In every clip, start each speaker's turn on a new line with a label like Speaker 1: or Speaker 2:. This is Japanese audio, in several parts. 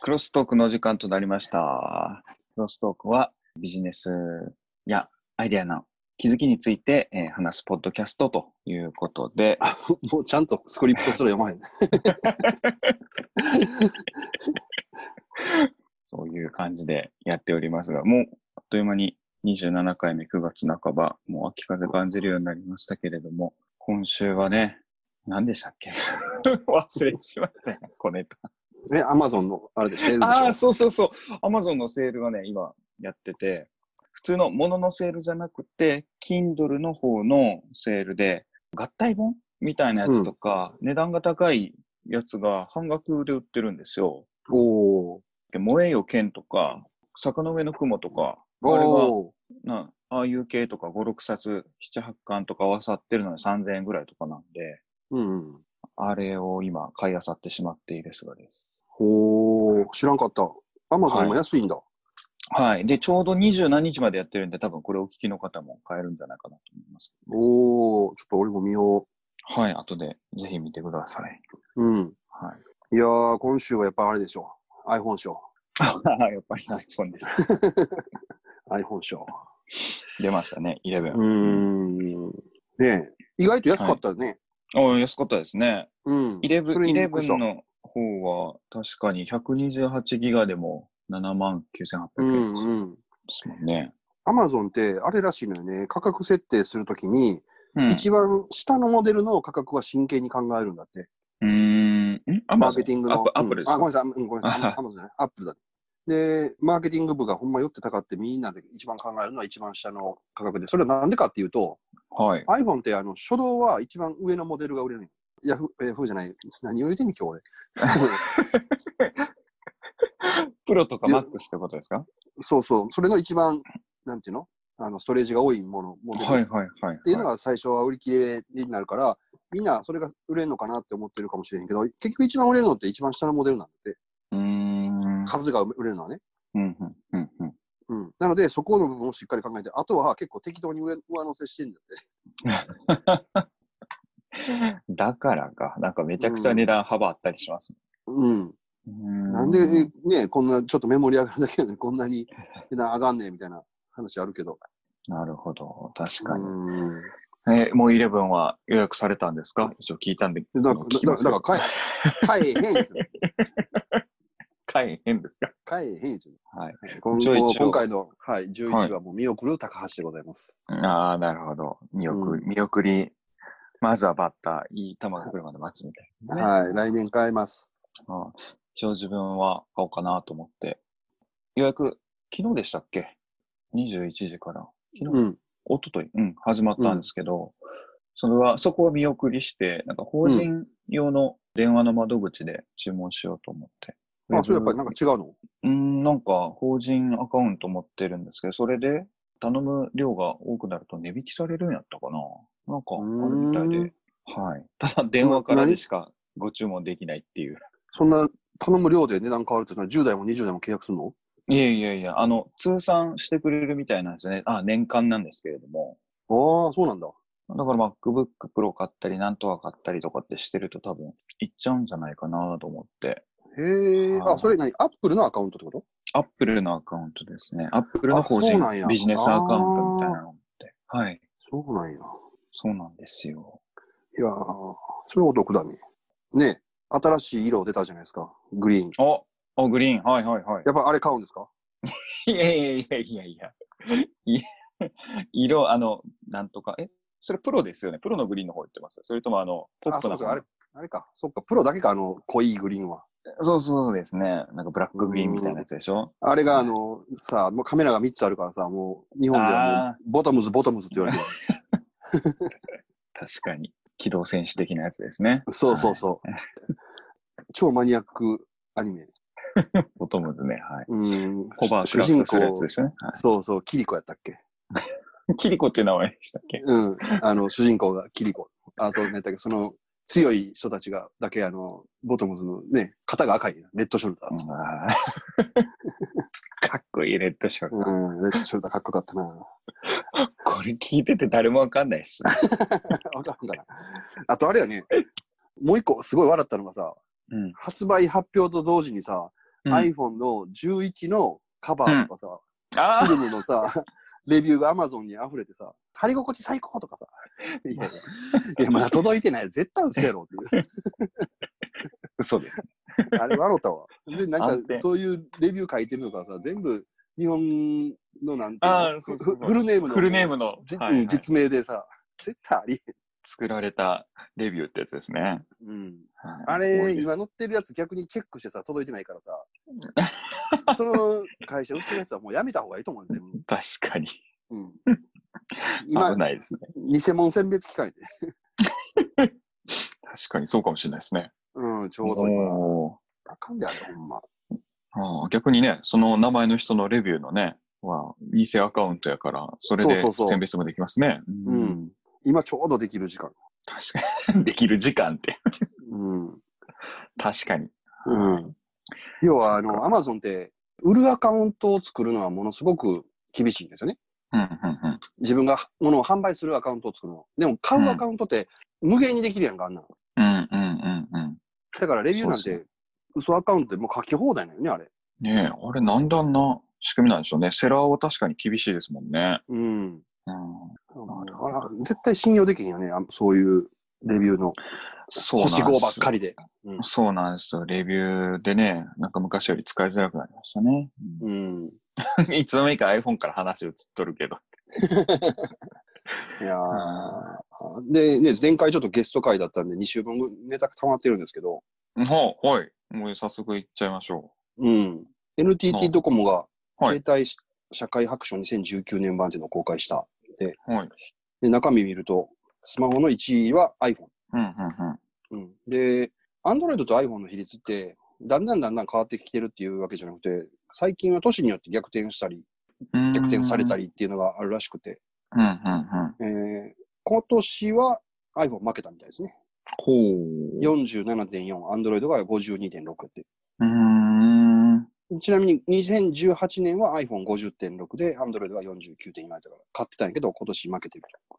Speaker 1: クロストークのお時間となりました。クロストークはビジネスやアイデアの気づきについて、えー話すポッドキャストということで、
Speaker 2: もうちゃんとスクリプトすら読まへん。
Speaker 1: そういう感じでやっておりますが、もうあっという間に27回目9月半ば、もう秋風感じるようになりましたけれども、今週はね、何でしたっけ 忘れちまったよ、これ
Speaker 2: ね、アマゾンのあれでセールでし
Speaker 1: あ
Speaker 2: ょ
Speaker 1: あ、。そうそうそう。アマゾンのセールがね、今やってて、普通の物のセールじゃなくて、Kindle の方のセールで、合体本みたいなやつとか、値段が高いやつが半額で売ってるんですよ。
Speaker 2: おー
Speaker 1: で燃えよ剣とか、坂の上の雲とか、あれが、
Speaker 2: お
Speaker 1: なああいう系とか5、6冊、7、8巻とか合わさってるのに3000円ぐらいとかなんで、
Speaker 2: ーうん。
Speaker 1: あれを今買い漁ってしまっているすがです。
Speaker 2: おー知らんかった。アマゾンも安いんだ。
Speaker 1: はい。で、ちょうど27日までやってるんで、多分これお聞きの方も買えるんじゃないかなと思います。
Speaker 2: おーちょっと俺も見よ
Speaker 1: はい。後でぜひ見てください。
Speaker 2: う。うん。
Speaker 1: はい。
Speaker 2: いやー、今週はやっぱあれでしょ。iPhone 賞。
Speaker 1: やっぱり iPhone です。
Speaker 2: iPhone 賞。
Speaker 1: 出ましたね、11。
Speaker 2: うーん。ねえ意外と安かったよね。
Speaker 1: おー安かったですね。
Speaker 2: うん。
Speaker 1: 11,
Speaker 2: それにびっくりした
Speaker 1: 11の方は、確かに128ギガでも7万
Speaker 2: う
Speaker 1: 9800円
Speaker 2: ん
Speaker 1: で
Speaker 2: うん。
Speaker 1: すもんね。
Speaker 2: アマゾンって、あれらしいのよね。価格設定するときに、
Speaker 1: うん。
Speaker 2: 一番下のモデルの価格は真剣に考えるんだって。
Speaker 1: うーん。んア
Speaker 2: マーケティングの。
Speaker 1: アップルです
Speaker 2: うんあ、
Speaker 1: か、
Speaker 2: ごめんなさい。うんごめんなさい。アマゾンじゃない。アップルだ。で、マーケティング部がほんまよってたかってみんなで一番考えるのは一番下の価格で。それはなんでかっていうと、
Speaker 1: はい。
Speaker 2: iPhone ってあの初動は一番上のモデルが売れない。ヤフー、ヤフーじゃない。何を言うてんねん 今日俺。
Speaker 1: プロとかマックスってことですか
Speaker 2: そうそう。それの一番、なんていうのあの、ストレージが多いもの、モデル。
Speaker 1: はいはいはい。
Speaker 2: っていうのが最初は売り切れになるから、みんなそれが売れるのかなって思ってるかもしれへんけど、結局一番売れるのって一番下のモデルなんで、
Speaker 1: うーん。
Speaker 2: 数が売れるのはね。
Speaker 1: うんうんうんうん。
Speaker 2: うん、なので、そこの部分をしっかり考えて、あとは結構適当に上上乗せしてんだって。
Speaker 1: だからか。なんかめちゃくちゃ値段幅あったりします。
Speaker 2: うん。
Speaker 1: な
Speaker 2: なんで、ね、こんな、ちょっとメモリ上がるだけなのに、こんなに値段上がんねえみたいな話あるけど。
Speaker 1: なるほど。確
Speaker 2: う
Speaker 1: かに。
Speaker 2: ん。
Speaker 1: えーもう11は予約されたんですか一応聞いたんで。
Speaker 2: だだ
Speaker 1: 聞きます
Speaker 2: だだから、買え、買えへん言うて。
Speaker 1: 大変ですか
Speaker 2: 買えへん言うて。
Speaker 1: はい。
Speaker 2: 今
Speaker 1: 一応一応
Speaker 2: 今回の、はい、
Speaker 1: は
Speaker 2: 11
Speaker 1: い
Speaker 2: はもう見送る高橋でございます。
Speaker 1: ああ、なるほど。見送り、見送り。まずはバッター、いい球が来るまで待つみたいな、
Speaker 2: はい、来年買えます。
Speaker 1: うん一応自分は買おうかなと思って。予約、昨日でしたっけ ?21 時から。昨日、
Speaker 2: うん。
Speaker 1: おととい、うん、始まったんですけど、それは、そこを見送りして、なんか法人用の電話の窓口で注文しようと思って。
Speaker 2: あ、それやっぱりなんか違うの
Speaker 1: うん、なんか法人アカウント持ってるんですけど、それで頼む量が多くなると値引きされるんやったかななんかあるみたいで。はい。ただ電話からでしかご注文できないっていう。
Speaker 2: そんな頼む量で値段変わるっていうのは10代も20代も契約するの
Speaker 1: いやいやいや、あの、通算してくれるみたいなんですよね。あ、年間なんですけれども。
Speaker 2: ああ、そうなんだ。
Speaker 1: だから MacBook Pro 買ったり、なんとか買ったりとかってしてると多分いっちゃうんじゃないかなと思って。
Speaker 2: へえ。
Speaker 1: はい
Speaker 2: あ、それ何アップルのアカウントってこと
Speaker 1: Apple のアカウントですね。Apple の法
Speaker 2: あそ
Speaker 1: 人
Speaker 2: うなんや
Speaker 1: ビジネスアカウントみたいなのって。はい。
Speaker 2: そうなんや。
Speaker 1: そうなんですよ。
Speaker 2: いやー、それはお得だね。ね新しい色出たじゃないですか。グリーン。
Speaker 1: お、お、グリーン。はいはい はい。
Speaker 2: やっぱあれ買うんですか
Speaker 1: いやいやいやいやいや。いや色、あの、なんとか、えそれプロですよね。プロのグリーンの方言ってます。それともあの、ポッ
Speaker 2: あ、
Speaker 1: プ
Speaker 2: そう
Speaker 1: な
Speaker 2: かそ
Speaker 1: 方
Speaker 2: うか、あれ、あれか。そっか、プロだけか、あの、濃いグリーンは。
Speaker 1: そうそうですね。なんかブラックグリーンみたいなやつでしょ
Speaker 2: あれが、あの、さあ、もうカメラが3つあるからさ、もう、日本ではも
Speaker 1: あ
Speaker 2: う、ボトムズ、ボトムズって言われてる。
Speaker 1: 確かに。機動戦士的なやつですね。
Speaker 2: そうそうそう。超マニアックアニメ。
Speaker 1: ボトムズね。はい。
Speaker 2: うん。
Speaker 1: ホバーク
Speaker 2: 主
Speaker 1: ラフ
Speaker 2: 人
Speaker 1: トするや
Speaker 2: 公
Speaker 1: つ、ですね。は
Speaker 2: そうそう、キリコやったっけ
Speaker 1: い、キリコっていう名前でしたっけ
Speaker 2: うん。あの、主人公がキリコ。あと、ね、だけどその、強い人たちが、だけ、あの、ボトムズのね、肩が赤いな。レッドショルダーっつって
Speaker 1: あーかっこいいレッドショルダー。
Speaker 2: うん、レッドショルダーかっこよかったな。
Speaker 1: これ聞いてて誰もわかんないっす。
Speaker 2: わかるかな。あとあれよね、もう一個すごい笑ったのがさ、
Speaker 1: うん。
Speaker 2: 発売発表と同時にさ、
Speaker 1: うん
Speaker 2: iPhone の11のカバーとかさ、
Speaker 1: あ
Speaker 2: フィルムのさ、 レビューが Amazon に溢れてさ、貼り心地最高とかさ。いやいや、いやまだ届いてない。絶対嘘やろっていう。
Speaker 1: 嘘です。
Speaker 2: あれ、笑った わ。で、なん
Speaker 1: 安
Speaker 2: か、
Speaker 1: 定
Speaker 2: そういうレビュー書いてるのがさ、全部日本のなんてい
Speaker 1: あ
Speaker 2: う
Speaker 1: ー
Speaker 2: の
Speaker 1: そう
Speaker 2: フ
Speaker 1: そうそう
Speaker 2: フルネームの。
Speaker 1: フルネームの、
Speaker 2: じ
Speaker 1: はいはい
Speaker 2: うん実名でさ、絶対ありえ
Speaker 1: 作られたレビューってやつですね。
Speaker 2: ん。うん
Speaker 1: はい多
Speaker 2: あれ、
Speaker 1: いです
Speaker 2: 今乗ってるやつ逆にチェックしてさ、届いてないからさ、 その会社売ってるやつはもうやめた方がいいと思うんですよ。
Speaker 1: 確かに。
Speaker 2: うん、今
Speaker 1: 危、ないですね。
Speaker 2: 偽物選別機械で。
Speaker 1: 確かにそうかもしれないですね。
Speaker 2: うん、ちょうど今。
Speaker 1: お
Speaker 2: あかんであれ、ほんま。
Speaker 1: ーあー逆にね、その名前の人のレビューのね、は偽アカウントやから、それ
Speaker 2: そう
Speaker 1: で
Speaker 2: そうそう
Speaker 1: 選別もできますね。
Speaker 2: うん。今ちょうどできる時間。
Speaker 1: 確かに。で きる時間って。
Speaker 2: うん。
Speaker 1: 確かに。
Speaker 2: うん。要は、
Speaker 1: そ
Speaker 2: あ
Speaker 1: っ
Speaker 2: の、
Speaker 1: か
Speaker 2: アマゾンって、売るアカウントを作るのはものすごく厳しいんですよね。
Speaker 1: うん、うん、うん。
Speaker 2: 自分が物を販売するアカウントを作るの。でも、買うアカウントって無限にできるやんか、あんなの。
Speaker 1: うん、うん、うん、うん。
Speaker 2: だから、レビューなん
Speaker 1: そう
Speaker 2: て、嘘アカウントでもう書き放題なんよね、あれ。
Speaker 1: ねえ、あれ、なんだんな仕組みなんでしょうね。セラーは確かに厳しいですもんね。
Speaker 2: うん。
Speaker 1: うん、
Speaker 2: だから、絶対信用できへんよね、あそういうレビューの。
Speaker 1: そうなんです
Speaker 2: 星
Speaker 1: よ
Speaker 2: 5ばっかりで。うん
Speaker 1: そうなんですよ。レビューでね、なんか昔より使いづらくなりましたね。
Speaker 2: うん。
Speaker 1: いつの間にか iPhone から話移っとるけど。
Speaker 2: いやーで、ね、前回ちょっとゲスト会だったんで、2週分ネタ溜まってるんですけど、
Speaker 1: ほう、はい。もう早速行っちゃいましょ
Speaker 2: うん。NTT ドコモが、
Speaker 1: はい
Speaker 2: 携帯し社会白書2019年版っていうのを公開した。
Speaker 1: う。はい。
Speaker 2: で、中身見ると、スマホの1位は iPhone。
Speaker 1: うん、うん、
Speaker 2: うん。で、Android と iPhone の比率って、だんだんだんだん変わってきてるっていうわけじゃなくて、最近は都市によって逆転したり、
Speaker 1: うん。
Speaker 2: 逆転された
Speaker 1: り。
Speaker 2: りっていうのがあるらしくて、
Speaker 1: うん、うん、うん。
Speaker 2: えー今年は iPhone 負けたみたいですね。
Speaker 1: ほう。
Speaker 2: 47.4、Android が52.6って。
Speaker 1: うーん。
Speaker 2: ちなみに2018年は iPhone50.6 で、Android が49.4点今やったから、買ってたんやけど、今年負けてると。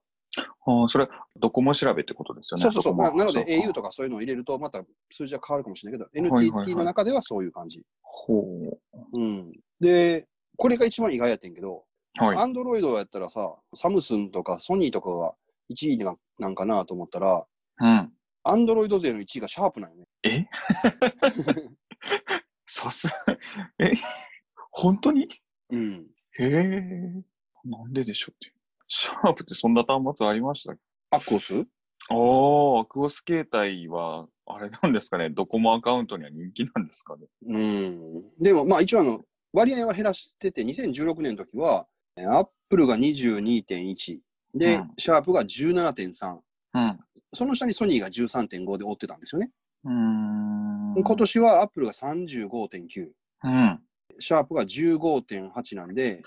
Speaker 1: ああ、それ、ドコモ調べってことですよね。
Speaker 2: そうそうそう。まあ、なので au
Speaker 1: と。
Speaker 2: とかそういうのを入れると、また数字は変わるかもしれないけ
Speaker 1: はい
Speaker 2: ど、
Speaker 1: はいはい
Speaker 2: NTT の中ではそういう感じ。
Speaker 1: ほ
Speaker 2: うん。で、これが一番意外やってんけど、
Speaker 1: う。はい。
Speaker 2: Android やったらさ、サムスンとかソニーとかが1位ななんかなと思ったら、
Speaker 1: うん。
Speaker 2: Android 勢の1位がシャープなんよね。
Speaker 1: えさす、え本当に
Speaker 2: うん。
Speaker 1: へえ。なんででしょうって。シャープってそんな端末ありましたっけ
Speaker 2: アクオス
Speaker 1: ああ、アクオス携帯は、あれなんですかね、ドコモアカウントには人気なんですかね。
Speaker 2: うん。でも、まあ一応あの、割合は減らしてて、2016年の時は、えー Apple が22.1、で、
Speaker 1: うん
Speaker 2: シャープが17.3、
Speaker 1: うん。
Speaker 2: その下にソニーが13.5で追ってたんですよね。
Speaker 1: うーん。
Speaker 2: 今年はアップルが35.9、
Speaker 1: うん。
Speaker 2: シャープが15.8なんで、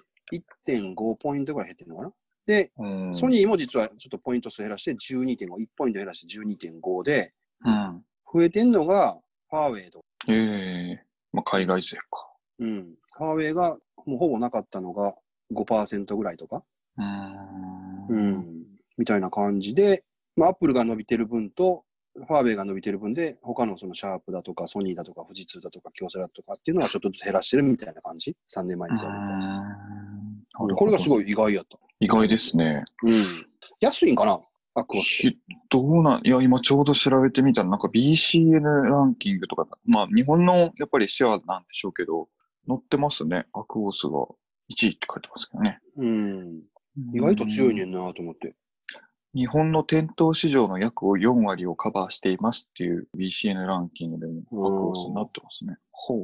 Speaker 2: 1.5ポイントぐらい減ってるのかな。で、
Speaker 1: うん
Speaker 2: ソニーも実はちょっとポイント数減らして12.5、1ポイント減らして12.5で、
Speaker 1: うん。
Speaker 2: 増えてんのがファーウェイと。
Speaker 1: ええまあ、海外勢か。
Speaker 2: うん。ファーウェイがもうほぼなかったのが5%ぐらいとか、
Speaker 1: うーん。
Speaker 2: うん、みたいな感じで、まあ、アップルが伸びてる分と、ファーウェイが伸びてる分で、他のそのシャープだとか、ソニーだとか、富士通だとか、京セラだとかっていうのはちょっとずつ減らしてるみたいな感じ ?3 年前
Speaker 1: うーん
Speaker 2: に比べて。
Speaker 1: なるほど
Speaker 2: これがすごい意外やった。
Speaker 1: 意外ですね。
Speaker 2: うん。安いんかなアクオス。
Speaker 1: ひどうなん、いや、今ちょうど調べてみたら、なんか BCN ランキングとか、まあ、日本のやっぱりシェアなんでしょうけど、載ってますね。アクオスが1位って書いてますけどね。
Speaker 2: うん。意外と強いねんなと思って。
Speaker 1: 日本の店頭市場の約を4割をカバーしていますっていう BCN ランキングでもアクオスになってますね。ほう。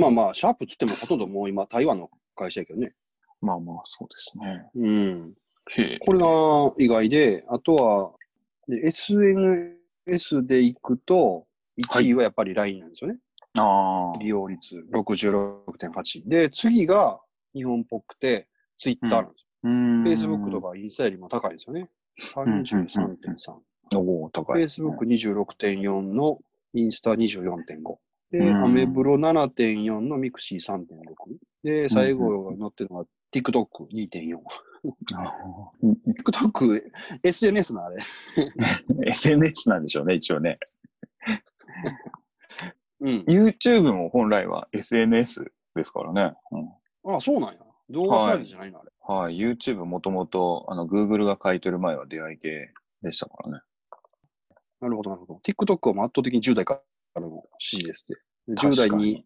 Speaker 2: まあまあ、シャープっつってもほとんどもう今、台湾の会社やけどね。
Speaker 1: まあまあ、そうですね。
Speaker 2: うん。
Speaker 1: へえ。
Speaker 2: これが意外で、あとは、で SNS で行くと、1位はやっぱり LINE なんですよね。
Speaker 1: ああ。
Speaker 2: 利用率66.8。で、次が日本っぽくて、Twitter なんです
Speaker 1: うーん
Speaker 2: よ。Facebook と。かインスタよりも高いですよね。33.3。
Speaker 1: おお、高いですね。
Speaker 2: Facebook26.4 のインスタ24.5。で、
Speaker 1: うん
Speaker 2: アメブロ7.4のミクシー3.6。で、最後載ってるのが TikTok2.4。
Speaker 1: あ
Speaker 2: TikTok、SNS のあれ。
Speaker 1: ー SNS なんでしょうね、一応ね。
Speaker 2: うん。
Speaker 1: YouTube も本来は SNS ですからね。うん
Speaker 2: ああ、そうなんや。動画サイトじゃないの、あれ。
Speaker 1: はい、YouTube もともと、あの、Google が書いてる前は出会い系でしたから ね。
Speaker 2: なるほど、なるほど。TikTok はもう圧倒的に10代からの支持ですって。で10代
Speaker 1: 確か
Speaker 2: に。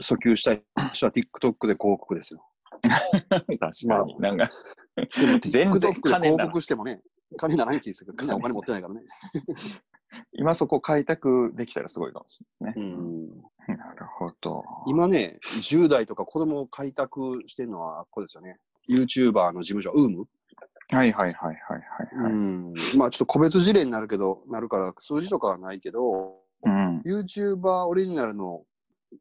Speaker 2: 訴求したい人は TikTok で広告ですよ。
Speaker 1: 確かに。なんか、
Speaker 2: でも
Speaker 1: 全然
Speaker 2: TikTok で
Speaker 1: 金にな
Speaker 2: 広
Speaker 1: らん
Speaker 2: 告してもね、金にならない気でするから、みんなお金持ってないからね。
Speaker 1: 今そこ開拓できたらすごいかもしれないですね。
Speaker 2: うん
Speaker 1: なるほど。
Speaker 2: 今ね、10代とか子供を開拓してるのは、ここですよね。YouTuber の事務所、ウーム、
Speaker 1: はいはいはいはいはい。はい
Speaker 2: うん。まあちょっと個別事例になるけど、なるから数字とかはないけど、
Speaker 1: うん。
Speaker 2: YouTuber オリジナルの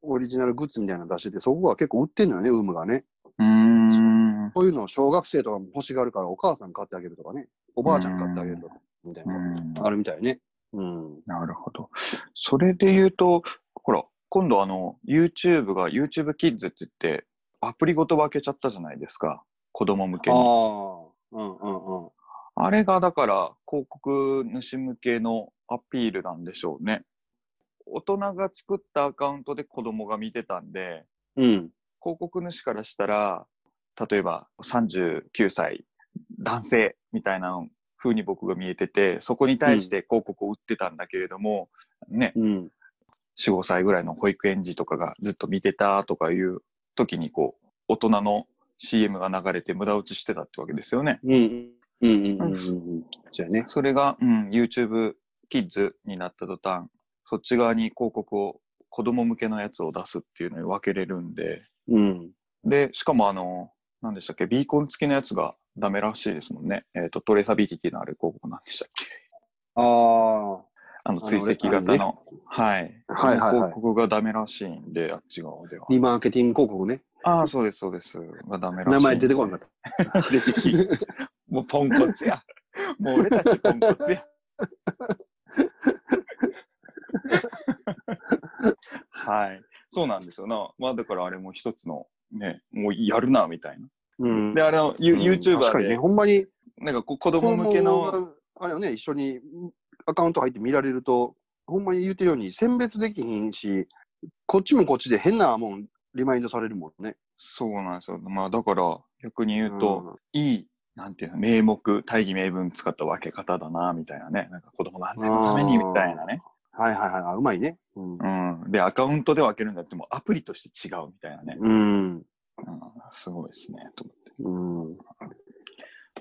Speaker 2: オリジナルグッズみたいなの出してて、そこは結構売ってんのよね、ウームがね。
Speaker 1: うーん。
Speaker 2: そういうのを小学生とかも欲しがるから、お母さん買ってあげるとかね、おばあちゃん買ってあげるとか、みたいな、
Speaker 1: うん
Speaker 2: あるみたいね。うん。
Speaker 1: なるほど。それで言うと、ほら、今度あの、YouTube が YouTube Kids って言って、アプリごと分けちゃったじゃないですか。子供向け
Speaker 2: あ
Speaker 1: に。
Speaker 2: あ、うんうんうん。
Speaker 1: あれがだから広告主向けのアピールなんでしょうね。大人が作ったアカウントで子供が見てたんで、
Speaker 2: うん。
Speaker 1: 広告主からしたら、例えば39歳男性みたいな風に僕が見えてて、そこに対して広告を打ってたんだけれども、ね、
Speaker 2: うん。
Speaker 1: 4、5歳ぐらいの保育園児とかがずっと見てたとかいう時にこう、大人の CM が流れて無駄打ちしてたってわけですよね。
Speaker 2: うん。うん。うん。うん。うん。そうやね。
Speaker 1: それが、うん、YouTube Kids になった途端、そっち側に広告を、子供向けのやつを出すっていうのに分けれるんで、
Speaker 2: うん。
Speaker 1: で、しかもあの、何でしたっけ、ビーコン付きのやつがダメらしいですもんね。えっ、と、トレーサビリティのある広告なんでしたっけ。
Speaker 2: ああ、は
Speaker 1: あの、
Speaker 2: の
Speaker 1: 追跡型の、
Speaker 2: あの
Speaker 1: はい。
Speaker 2: いはいは
Speaker 1: 広
Speaker 2: い。
Speaker 1: 告がダメらしいんで、あっち側では。
Speaker 2: リマーケティング広告ね。
Speaker 1: ああ、そうです、そうです。がダメらしい。
Speaker 2: 名前出てこなかった。
Speaker 1: 出てき もうポンコツや。もう俺たちポンコツや。はい。そうなんですよな。まあだからあれも一つの、ね、もうやるな、みたいな。
Speaker 2: うん
Speaker 1: で、あれの、ユ
Speaker 2: うん
Speaker 1: YouTuber
Speaker 2: 確かに
Speaker 1: で、
Speaker 2: ね、ほんまに
Speaker 1: なんかこ子供向けの、。
Speaker 2: あれよね、一緒にアカウント入って見られると、ほんまに言うてるように選別できひんし、こっちもこっちで変なもん、リマインドされるもんね。
Speaker 1: そうなんですよ。まあだから、逆に言うと、いい、なんていうの、名目、大義名分使った分け方だな、みたいなね。なんか子供の安全のために、
Speaker 2: あー
Speaker 1: みたいなね。
Speaker 2: うん、はいはいはいあ、うまいね。うん。
Speaker 1: うん。で、アカウントで分けるんだって、もうアプリとして違う、みたいなね。
Speaker 2: うん。
Speaker 1: うん、すごいですね、と思って。
Speaker 2: うん、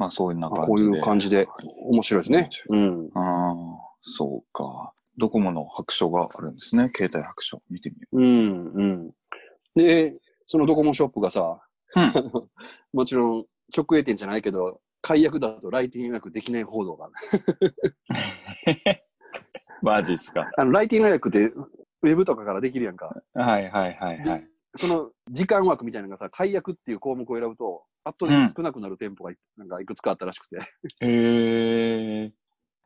Speaker 1: まあそういうな感じで。
Speaker 2: こういう感じで面白いですね。うん。
Speaker 1: ああ、そうか。ドコモの白書があるんですね。携帯白書。見てみよ
Speaker 2: うん。うん。で、そのドコモショップがさ、
Speaker 1: うん
Speaker 2: もちろん直営店じゃないけど、解約だと来店予約できない報道がある。
Speaker 1: う。 マジっすか。
Speaker 2: あの、来店予約って、ウェブとかからできるやんか。
Speaker 1: はいはいはいはい。
Speaker 2: その時間枠みたいなのがさ、解約っていう項目を選ぶと、圧倒的に少なくなる店舗がい,、なんかいくつかあったらしくて、
Speaker 1: へえー。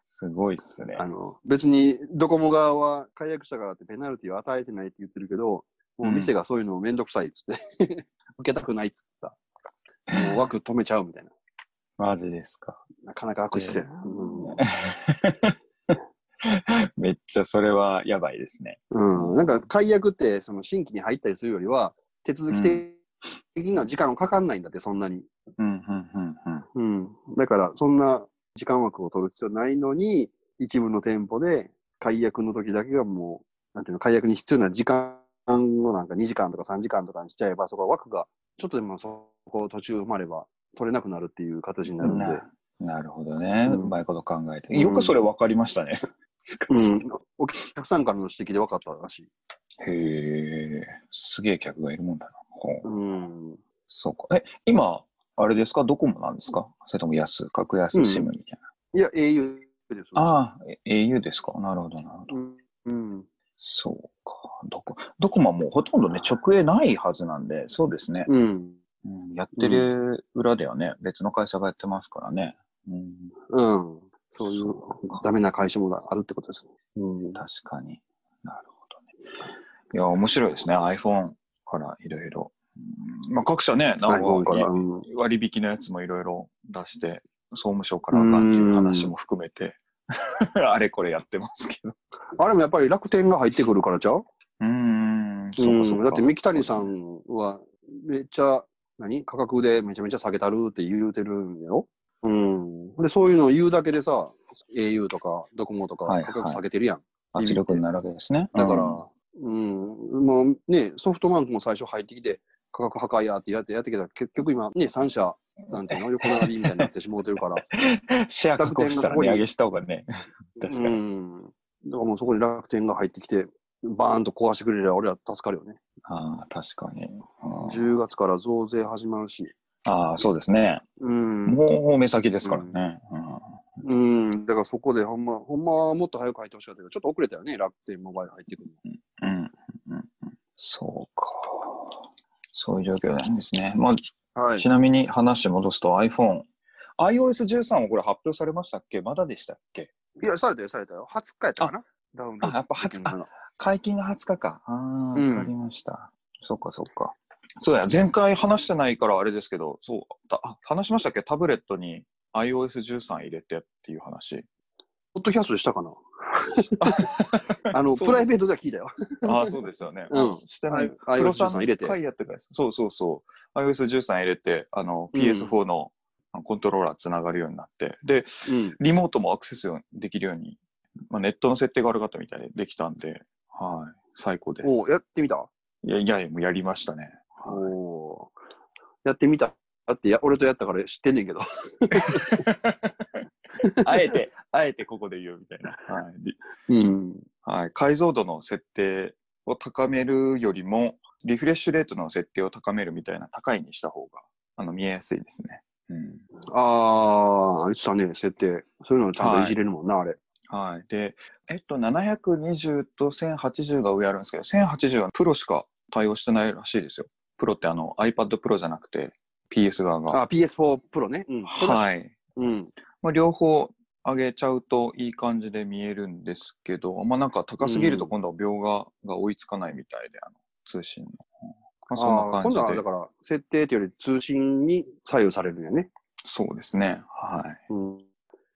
Speaker 1: すごいっすね。
Speaker 2: あの別にドコモ側は解約したからってペナルティを与えてないって言ってるけど、もう店がそういうのをめんどくさいっつって、 受けたくないっつってさ、もう枠止めちゃうみたいな。
Speaker 1: マジですか。
Speaker 2: なかなか悪質やな
Speaker 1: めっちゃそれはやばいですね。
Speaker 2: うん。うん。なんか解約って、その新規に入ったりするよりは、手続き的な時間はかかんないんだって、そんなに。
Speaker 1: うん、うん、うん、うん。
Speaker 2: うん。だから、そんな時間枠を取る必要ないのに、一部の店舗で解約の時だけがもう、なんていうの、解約に必要な時間をなんか2時間とか3時間とかにしちゃえば、そこは枠が、ちょっとでもそこ途中埋まれば取れなくなるっていう形になるんで。
Speaker 1: ななるほどね。
Speaker 2: う
Speaker 1: うんまいこと考えて。
Speaker 2: うん
Speaker 1: よくそれ分かりましたね。
Speaker 2: うん。お客さんからの指摘で分かったらしい。
Speaker 1: へえ。すげえ客がいるもんだな。ほう
Speaker 2: うん。
Speaker 1: そうか。え、今、あれですかドコモなんですかそれとも安、格安シムみたい
Speaker 2: いや、au です。
Speaker 1: な。ああ、え au ですかなるほど、なるほど。
Speaker 2: うん。うん。
Speaker 1: そうか。ドコドコモはもうほとんどね、直営ないはずなんで、そうですね。
Speaker 2: うん。
Speaker 1: うん、やってる裏ではね、別の会社がやってますからね。うん、
Speaker 2: うん。そういう
Speaker 1: そうか
Speaker 2: ダメな会社もあるってことですね。うん。
Speaker 1: 確かに。なるほどね。いや、面白いですね。iPhone からいろいろ。うんまあ、各社ね、なん
Speaker 2: はい
Speaker 1: か
Speaker 2: うん
Speaker 1: 割引のやつもいろいろ出して、総務省からあかんっていう話も含 めて、あれこれやってますけど。
Speaker 2: あれもやっぱり楽天が入ってくるからちゃう
Speaker 1: うーん。
Speaker 2: うん
Speaker 1: かか
Speaker 2: だって三木谷さんは、めっちゃ、何価格でめちゃめちゃ下げたるって言うてるんやろうん。で、そういうのを言うだけでさ、au とかドコモとか
Speaker 1: はい
Speaker 2: 価格下げてるやん。
Speaker 1: 圧力になるわけですね。
Speaker 2: だから、
Speaker 1: うん
Speaker 2: うん、まあね、ソフトバンクも最初入ってきて、価格破壊やってやってやってきたけど、結局今ね、3社、なんていうの、横並びみたいになってしもうてるから。
Speaker 1: シェア確保したら値上げした方がね。 確かに
Speaker 2: うん。だからもうそこに楽天が入ってきて、バーンと壊してくれりゃ俺ら助かるよね。
Speaker 1: ああ、確かに。うん
Speaker 2: 10月から増税始まるし。
Speaker 1: ああ、そうですね。
Speaker 2: うん。
Speaker 1: もう目先ですからね。
Speaker 2: うん、だからそこでほんま、ほんまはもっと早く入ってほしかったけど、ちょっと遅れたよね、楽天モバイル入ってくる
Speaker 1: うん。うん。うんそうか。そういう状況なんですね。まあ、
Speaker 2: の。は
Speaker 1: ちなみに話戻すと iPhone。iOS13 はこれ発表されましたっけまだでしたっけ
Speaker 2: いや、されたよ、されたよ。20日やったかなダウンロード。
Speaker 1: あやっぱ20日解禁が20日か。ああ、わ
Speaker 2: うん
Speaker 1: かりました。そっかそっか。そうや、前回話してないからあれですけど、そう、たあ話しましたっけタブレットに iOS13 入れてっていう 話。
Speaker 2: ポッドキャストでした かなあの、
Speaker 1: そ
Speaker 2: プ
Speaker 1: うです
Speaker 2: ライベートでは聞いたよ。
Speaker 1: ああ、そうですよね。
Speaker 2: うん
Speaker 1: してない。
Speaker 2: あ
Speaker 1: プロさ
Speaker 2: iOS
Speaker 1: ん
Speaker 2: さん入れて。
Speaker 1: 回やってからですそうそうそう。iOS13 入れて、あの、
Speaker 2: うん
Speaker 1: PS4 のコントローラーつながるようになって、で、
Speaker 2: うん。
Speaker 1: リモートもアクセスできるように、まあ、ネットの設定が悪かったみたいでできたんで、はい。最高で
Speaker 2: おう
Speaker 1: す。
Speaker 2: やってみた
Speaker 1: いやいや、もうやりましたね。
Speaker 2: おおうやってみただってや、俺とやったから知ってんねんけど。
Speaker 1: あえて、あえてここで言うみたいな。はい。で
Speaker 2: うん。
Speaker 1: はい、解像度の設定を高めるよりも、リフレッシュレートの設定を高めるみたいな高いにした方が、あの、見えやすいですね。うん。
Speaker 2: あー、言ってたね、設定。そういうのちゃんといじれるもんな、あれ。
Speaker 1: はい。で、えっと、720と1080が上あるんですけど、1080はプロしか対応してないらしいですよ。プロってあの iPad Pro じゃなくて PS 側が。
Speaker 2: あ、PS4 Pro ね。うん。
Speaker 1: はい。
Speaker 2: うん。
Speaker 1: まあ、両方上げちゃうといい感じで見えるんですけど、まあなんか高すぎると今度は描画が追いつかないみたいで、あの通信の。まあそんな感じ
Speaker 2: あー今度は
Speaker 1: で
Speaker 2: だ。から、設定というより通信に左右されるんやね。
Speaker 1: そうですね。はい。
Speaker 2: うん。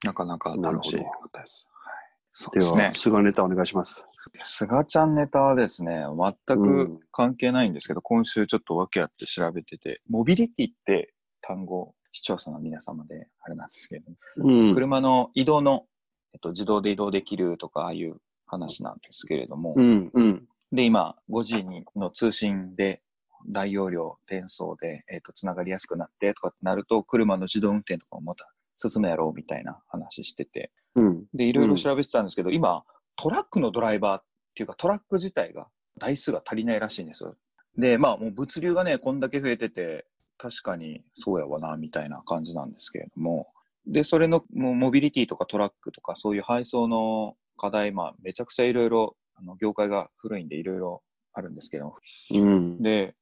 Speaker 1: なかなか楽しいことです。はい、そう
Speaker 2: で
Speaker 1: ですね
Speaker 2: は、。菅ネタお願いします。
Speaker 1: 菅ちゃんネタはですね、全く関係ないんですけど、今週ちょっと訳あって調べてて、モビリティって単語、視聴者の皆様であれなんですけれども、
Speaker 2: うん。
Speaker 1: 車の移動の、えっと、自動で移動できるとか、ああいう話なんですけれども、
Speaker 2: うん。うん。
Speaker 1: で、今、5G にの通信で、大容量、伝送で、えっ、と、つながりやすくなってとかってなると、車の自動運転とかもまた進むやろうみたいな話してて、
Speaker 2: うん。
Speaker 1: で、いろいろ調べてたんですけど、今、トラックのドライバーっていうか、トラック自体が台数が足りないらしいんですよ。で、まあ、もう物流がね、こんだけ増えてて、確かにそうやわな、みたいな感じなんですけれども。で、それのもうモビリティとかトラックとか、そういう配送の課題、まあ、めちゃくちゃいろいろ、あの業界が古いんでいろいろあるんですけど、
Speaker 2: うん。
Speaker 1: で、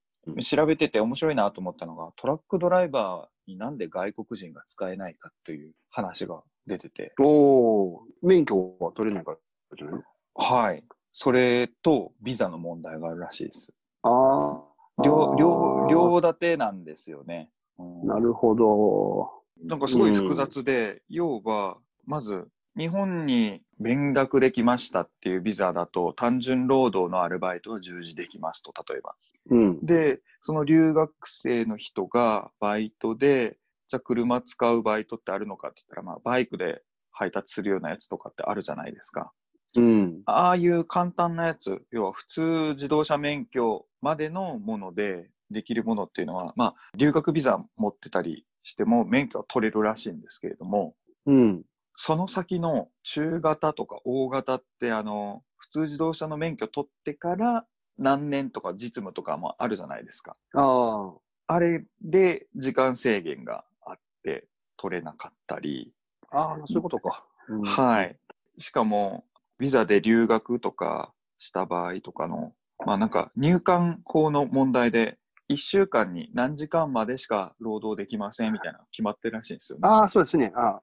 Speaker 1: 調べてて面白いなと思ったのが、トラックドライバーになんで外国人が使えないかという話が出てて、
Speaker 2: おー免許は取れないからじゃないの
Speaker 1: はい。それと、ビザの問題があるらしいです。
Speaker 2: あー
Speaker 1: 両、両、
Speaker 2: あ
Speaker 1: 両立てなんですよね。うん
Speaker 2: ーなるほど。
Speaker 1: なんかすごい複雑で、要は、まず、日本に勉学できましたっていうビザだと、単純労働のアルバイトを従事できますと、例えば。
Speaker 2: うん。
Speaker 1: で、その留学生の人がバイトで、じゃあ車使うバイトってあるのかって言ったら、まあ、バイクで配達するようなやつとかってあるじゃないですか。
Speaker 2: うん。
Speaker 1: ああいう簡単なやつ、要は普通自動車免許までのものでできるものっていうのは、まあ、留学ビザ持ってたりしても免許は取れるらしいんですけれども、
Speaker 2: うん。
Speaker 1: その先の中型とか大型って、あの、普通自動車の免許取ってから何年とか実務とかもあるじゃないですか。
Speaker 2: あ
Speaker 1: あれで時間制限があって取れなかったり、
Speaker 2: あ。ああ、そういうことか。うん
Speaker 1: はい。しかも、ビザで留学とかした場合とかの、まあなんか入管法の問題で、1週間に何時間までしか労働できませんみたいなの決まってるらしいんですよね。
Speaker 2: ああ、そうですね。ああ。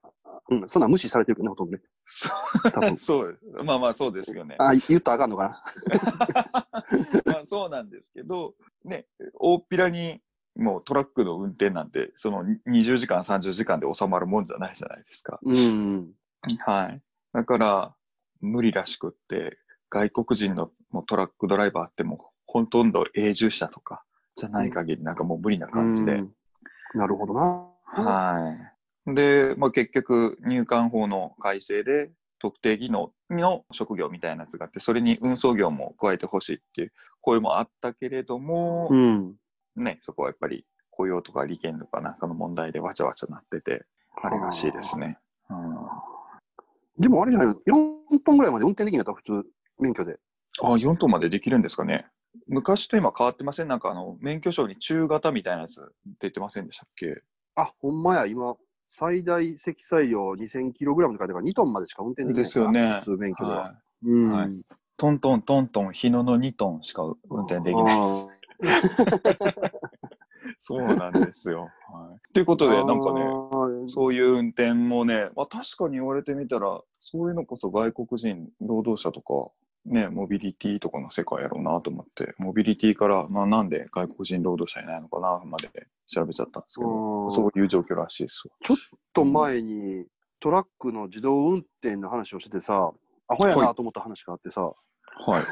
Speaker 2: うん。そんなん無視されてるよね、ほとんどね。
Speaker 1: そ
Speaker 2: 多分
Speaker 1: う。 そうです。まあまあそうですよね。
Speaker 2: ああ、言ったらあかんのかな。
Speaker 1: まあそうなんですけど、ね、大っぴらにもうトラックの運転なんて、その20時間、30時間で収まるもんじゃないじゃないですか。
Speaker 2: うん。
Speaker 1: はい。だから、無理らしくって、外国人のもうトラックドライバーってもうほとんど永住者とかじゃない限りなんかもう無理な感じで。
Speaker 2: うんなるほどな。
Speaker 1: はい。で、まあ、結局、入管法の改正で、特定技能の職業みたいなやつがあって、それに運送業も加えてほしいっていう声もあったけれども、
Speaker 2: うん。
Speaker 1: ね、そこはやっぱり雇用とか利権とかなんかの問題でわちゃわちゃなってて、あれらしいですね。うん
Speaker 2: でもあれじゃないの ?4 本ぐらいまで運転できなかった普通、免許で。
Speaker 1: あ、4トンまでできるんですかね。昔と今変わってませんなんかあの、免許証に中型みたいなやつ出てませんでしたっけ
Speaker 2: あ、ほんまや、今、最大積載量 2000kg って書いてあるから、2トンまでしか運転できない。
Speaker 1: ですよね
Speaker 2: 普通免許では。
Speaker 1: はい
Speaker 2: うん。
Speaker 1: はいトントントントン、日野の2トンしか運転できないです。そうなんですよ。はい、ということで、なんかね、
Speaker 2: ね
Speaker 1: そういう運転もね、まあ、確かに言われてみたら、そういうのこそ外国人労働者とか、ね、モビリティとかの世界やろうなと思って、モビリティから、まあ、なんで外国人労働者いないのかなまで調べちゃったんですけ
Speaker 2: うん
Speaker 1: ど、そういう状況らしいですわ。
Speaker 2: ちょっと前にトラックの自動運転の話をしててさ、アホやなと思った話があってさ、
Speaker 1: はい。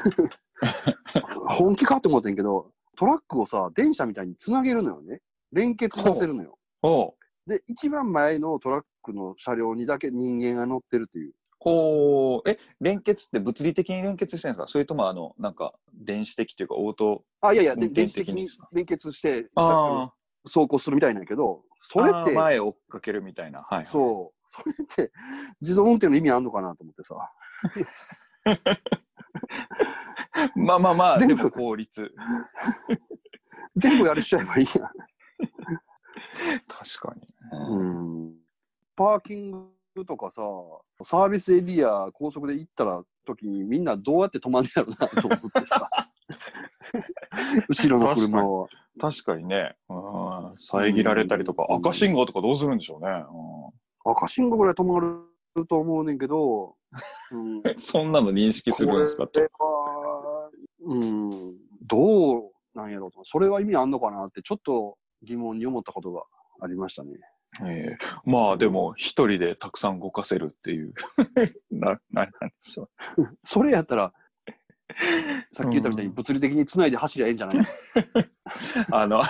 Speaker 2: 本気かと思ってんけど、トラックをさ、電車みたいにつなげるのよね。連結させるのよ。
Speaker 1: おう
Speaker 2: で、一番前のトラックの車両にだけ人間が乗ってるという。
Speaker 1: こう、え、連結って物理的に連結してるんですかそれとも、あの、なんか、電子的というか、応答。
Speaker 2: あ、いやいや、
Speaker 1: 運
Speaker 2: で
Speaker 1: 転
Speaker 2: 電子
Speaker 1: 的
Speaker 2: 的
Speaker 1: に
Speaker 2: に
Speaker 1: ですか
Speaker 2: 連結して、
Speaker 1: あ
Speaker 2: 走行するみたいなんやけど、そ
Speaker 1: あ
Speaker 2: れっ
Speaker 1: ー、
Speaker 2: て、
Speaker 1: 前追っかけるみたいな。はい。
Speaker 2: そう、それって自動運転の意味あんのかなと思ってさ。
Speaker 1: まあまあまあ、で
Speaker 2: 全部
Speaker 1: も効率。
Speaker 2: 全部やるしちゃえばいいや。
Speaker 1: 確かに。
Speaker 2: うんパーキングとかさ、サービスエリア高速で行ったら時にみんなどうやって止まんねやろなと思っ てさ。後ろの車を。
Speaker 1: 確かにね、うん遮られたりとか、
Speaker 2: うん
Speaker 1: 赤信号とかどうするんでしょうね。
Speaker 2: 赤信号ぐらい止まると思うねんけど、うん、
Speaker 1: うんそんなの認識するんですかっ
Speaker 2: これ
Speaker 1: て。
Speaker 2: は、うん、どうなんやろうと。それは意味あんのかなってちょっと疑問に思ったことがありましたね。
Speaker 1: ええまあでも、一人でたくさん動かせるっていう。 な、ななんでしょう。
Speaker 2: それやっ たら、さっき言ったみたいに物理的につないで走りゃええんじゃない
Speaker 1: あの、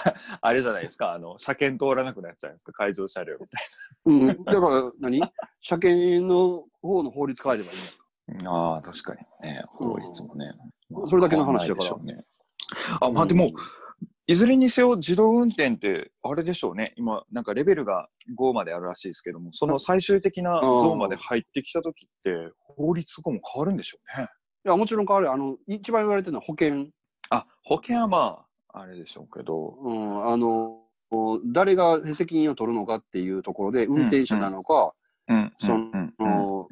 Speaker 1: あれじゃないですか、あの、車検通らなくなっちゃうんですか、改造車両みた
Speaker 2: うん、だから何、車検の方の法律変えればいいんだ
Speaker 1: いな。ああ、確かにね、法律もね。
Speaker 2: うんそれだけの話だから
Speaker 1: 変わんないでしょうね。あ、まあでも、いずれにせよ自動運転って、あれでしょうね。今、なんかレベルが5まであるらしいですけども、その最終的なゾーンまで入ってきたときって、法律とかも変わるんでしょうね。
Speaker 2: いや、もちろん変わるよ。あの、一番言われてるのは保険。
Speaker 1: あ、保険はまあ、あれでしょうけど。
Speaker 2: うん、あの、誰が責任を取るのかっていうところで、運転者なのか、
Speaker 1: うん。
Speaker 2: その
Speaker 1: うん
Speaker 2: あの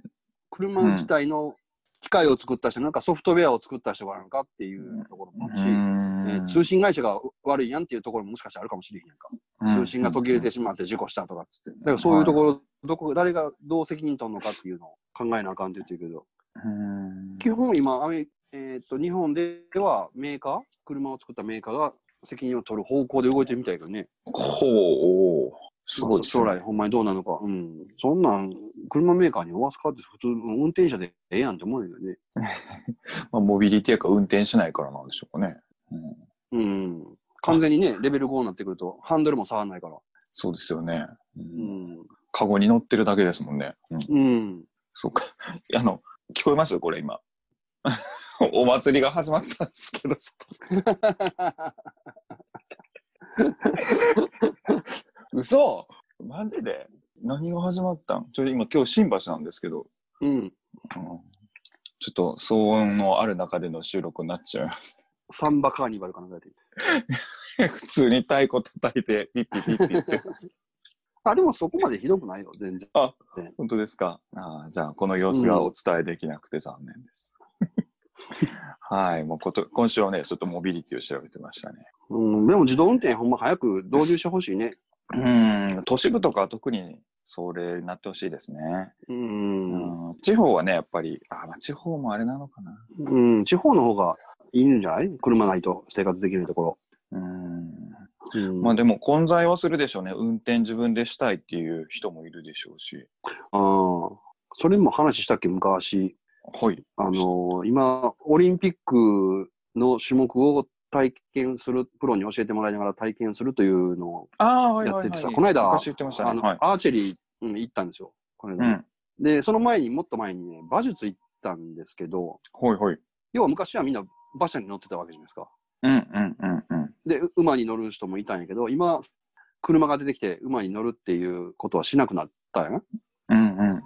Speaker 2: 車自体の機械を作った人なのか、ソフトウェアを作った人なのかっていうところもあるし、えー通信会社が悪いやんっていうところももしかしたらあるかもしれへんやんか。通信が途切れてしまって事故したとかっつって。だからそういうところ、どこ、誰がどう責任取るのかっていうのを考えなあかんって言ってるけど。
Speaker 1: うん
Speaker 2: 基本今アメ、えーっと日本ではメーカー車を作ったメーカーが責任を取る方向で動いてるみたいだね
Speaker 1: ほう。すごいですね
Speaker 2: 将来ほんまにどうなるのか、うん、そんなん車メーカーに負わすかって普通運転者でええやんって思うんだよね
Speaker 1: まあ、モビリティやから運転しないからなんでしょうかね。うん
Speaker 2: うん完全にねレベル5になってくるとハンドルも触らないから
Speaker 1: そうですよね。う
Speaker 2: うんん、
Speaker 1: カゴに乗ってるだけですもんね。うん
Speaker 2: うん、
Speaker 1: そうか。 あの、聞こえますこれ今。 お祭りが始まったんですけど、 嘘マジで何が始まったんちょ、今今日新橋なんですけど、
Speaker 2: うん、
Speaker 1: うんちょっと騒音のある中での収録になっちゃいます。
Speaker 2: サンバカーニバルかなんかやって る
Speaker 1: 普通に太鼓叩いて、ピッピピッピ言ってます。
Speaker 2: あでもそこまでひどくないよ全然
Speaker 1: 本当ですかあーじゃあ、この様子がお伝えできなくて残念です。 はい。もうこと、今週はね、ちょっとモビリティを調べてましたね。
Speaker 2: うんでも自動運転ほんま早く導入してほしいね
Speaker 1: うん、都市部とかは特にそれになってほしいですね。
Speaker 2: うん、
Speaker 1: うん地方はね、やっぱり、あまあ、地方もあれなのかな。
Speaker 2: うん、地方の方がいいんじゃない車ないと生活できないところ
Speaker 1: うん。
Speaker 2: うん
Speaker 1: まあでも混在はするでしょうね。運転自分でしたいっていう人もいるでしょうし。
Speaker 2: あーそれも話したっけ、昔。
Speaker 1: はい。
Speaker 2: あのー今、オリンピックの種目を体験する、プロに教えてもらいながら体験するというのを、
Speaker 1: ああ、はい、
Speaker 2: やっ
Speaker 1: はい、
Speaker 2: てて
Speaker 1: はい。
Speaker 2: さこの間
Speaker 1: 昔言ってました
Speaker 2: あ
Speaker 1: ね。
Speaker 2: の
Speaker 1: はい。
Speaker 2: アーチェリー、うん行ったんですよ。これ
Speaker 1: うん。はい、
Speaker 2: で、その前に、もっと前にね、馬術行ったんですけど、
Speaker 1: はい。
Speaker 2: 要は昔はみんな馬車に乗ってたわけじゃないですか。
Speaker 1: うん、うん、うん、うん。
Speaker 2: で、う馬に乗る人もいたんやけど、今、車が出てきて馬に乗るっていうことはしなくなったんやな。
Speaker 1: うん、うん、うん、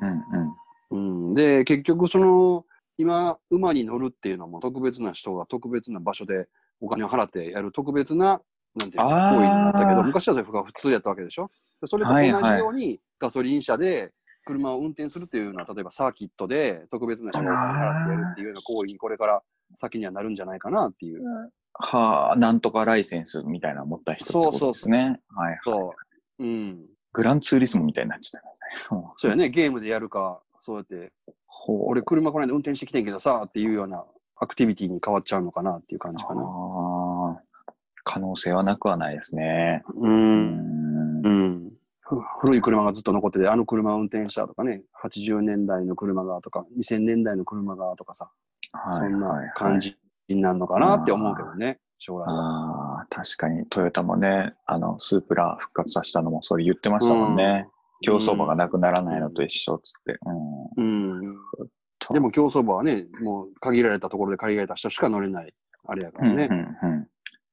Speaker 1: うん。
Speaker 2: うん、で、結局その、今、馬に乗るっていうのはもう特別な人が特別な場所でお金を払ってやる特別な、なんていうの行
Speaker 1: あー
Speaker 2: 為になったけど、昔はそれが普通やったわけでしょでそれと同じ
Speaker 1: はいはい
Speaker 2: ように、ガソリン車で車を運転するっていうのは、例えばサーキットで特別な人がお金を払ってやるっていうような行為にこれから先にはなるんじゃないかなっていう。
Speaker 1: はあ、なんとかライセンスみたいなの持った人ってことですね。はい。
Speaker 2: そう。うん。
Speaker 1: グランツーリスモみたいになっちゃったよね。
Speaker 2: そうやね、ゲームでやるか、そうやって、
Speaker 1: ほ
Speaker 2: 俺車この間運転してきてんけどさ、っていうようなアクティビティに変わっちゃうのかなっていう感じかな。
Speaker 1: ああ、可能性はなくはないですね。う
Speaker 2: う。
Speaker 1: んん。
Speaker 2: うん。ふ古い車がずっと残ってて、あの車運転したとかね、80年代の車がとか、2000年代の車がとかさ、
Speaker 1: はい
Speaker 2: そん
Speaker 1: はい
Speaker 2: な
Speaker 1: はい
Speaker 2: 感じになるのかなって思うけどね、将来は。
Speaker 1: ああ、確かに、トヨタもね、あの、スープラ復活させたのもそれ言ってましたもんね。競走馬がなくならないのと一緒っつって。うん。
Speaker 2: うん。
Speaker 1: と
Speaker 2: でも競走馬はね、もう限られたところで限られた人しか乗れない、あれやからね。
Speaker 1: うんうんうん、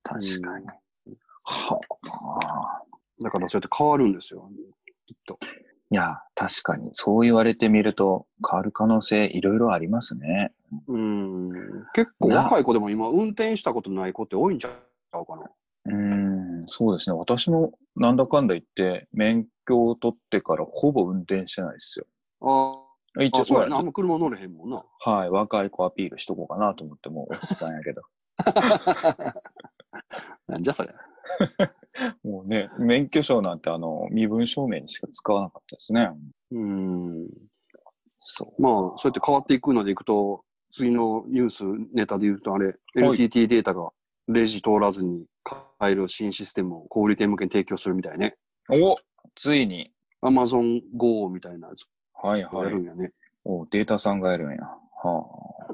Speaker 1: 確かに。はあ。
Speaker 2: だからそうやって変わるんですよ、きっと。
Speaker 1: いや、確かに、そう言われてみると、変わる可能性いろいろありますね。
Speaker 2: うん。結構若い子でも今運転したことない子って多いんちゃうかな。
Speaker 1: うん、そうですね。私も、なんだかんだ言って、免許を取ってからほぼ運転してないですよ。
Speaker 2: あ
Speaker 1: 一
Speaker 2: あ、
Speaker 1: 応、
Speaker 2: そうやな。あんま車乗れへんもんな。
Speaker 1: はい、若い子アピールしとこうかなと思って、もうおっさんやけ ど。
Speaker 2: なんじゃそれ。
Speaker 1: もうね、免許証なんてあの、身分証明にしか使わなかったですね。
Speaker 2: うん。
Speaker 1: そう。
Speaker 2: まあ、そうやって変わっていくのでいくと、次のニュースネタで言うと、あれ、LTT データがレジ通らずに買える新システムを小売店向けに提供するみたいね。
Speaker 1: おついに。
Speaker 2: Amazon Go みたいなやつ
Speaker 1: はい
Speaker 2: を
Speaker 1: は
Speaker 2: や
Speaker 1: い
Speaker 2: る。んやね。
Speaker 1: おデータさんがやるんや。は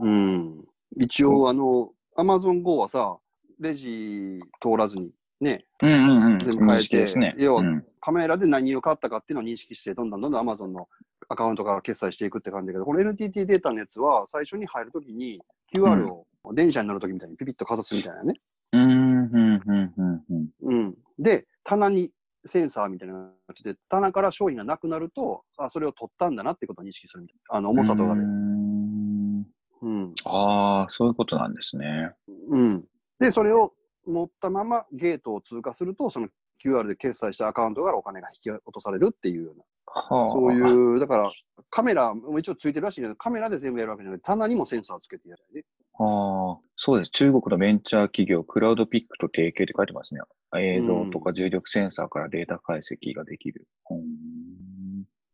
Speaker 2: うん。一応、あの、Amazon Go はさ、レジ通らずに、ね、
Speaker 1: あ。うんうんうん。
Speaker 2: 全部変え
Speaker 1: 認
Speaker 2: て
Speaker 1: 識ですね。
Speaker 2: 要は
Speaker 1: うん
Speaker 2: カメラで何を買ったかっていうのを認識して、どんどんどんどん Amazon のアカウントから決済していくって感じだけど、この NTT データのやつは最初に入るときに QR を電車に乗るときみたいにピピッとかざすみたいなね。
Speaker 1: うん、うん、うん、うんうん。
Speaker 2: うん。で、棚にセンサーみたいな感じで、棚から商品がなくなると、あ、それを取ったんだなってことを認識するみたいな。あの、重さとかで
Speaker 1: うー。ん
Speaker 2: うん。
Speaker 1: ああ、そういうことなんですね。
Speaker 2: うん。で、それを持ったままゲートを通過すると、その QR で決済したアカウントからお金が引き落とされるっていうような。
Speaker 1: はあ。
Speaker 2: そういう、だから、カメラ、も一応ついてるらしいけど、カメラで全部やるわけじゃなくて、棚にもセンサーつけてやるよね。
Speaker 1: ああ、そうです。中国のベンチャー企業、クラウドピックと提携って書いてますね。映像とか重力センサーからデータ解析ができる。うん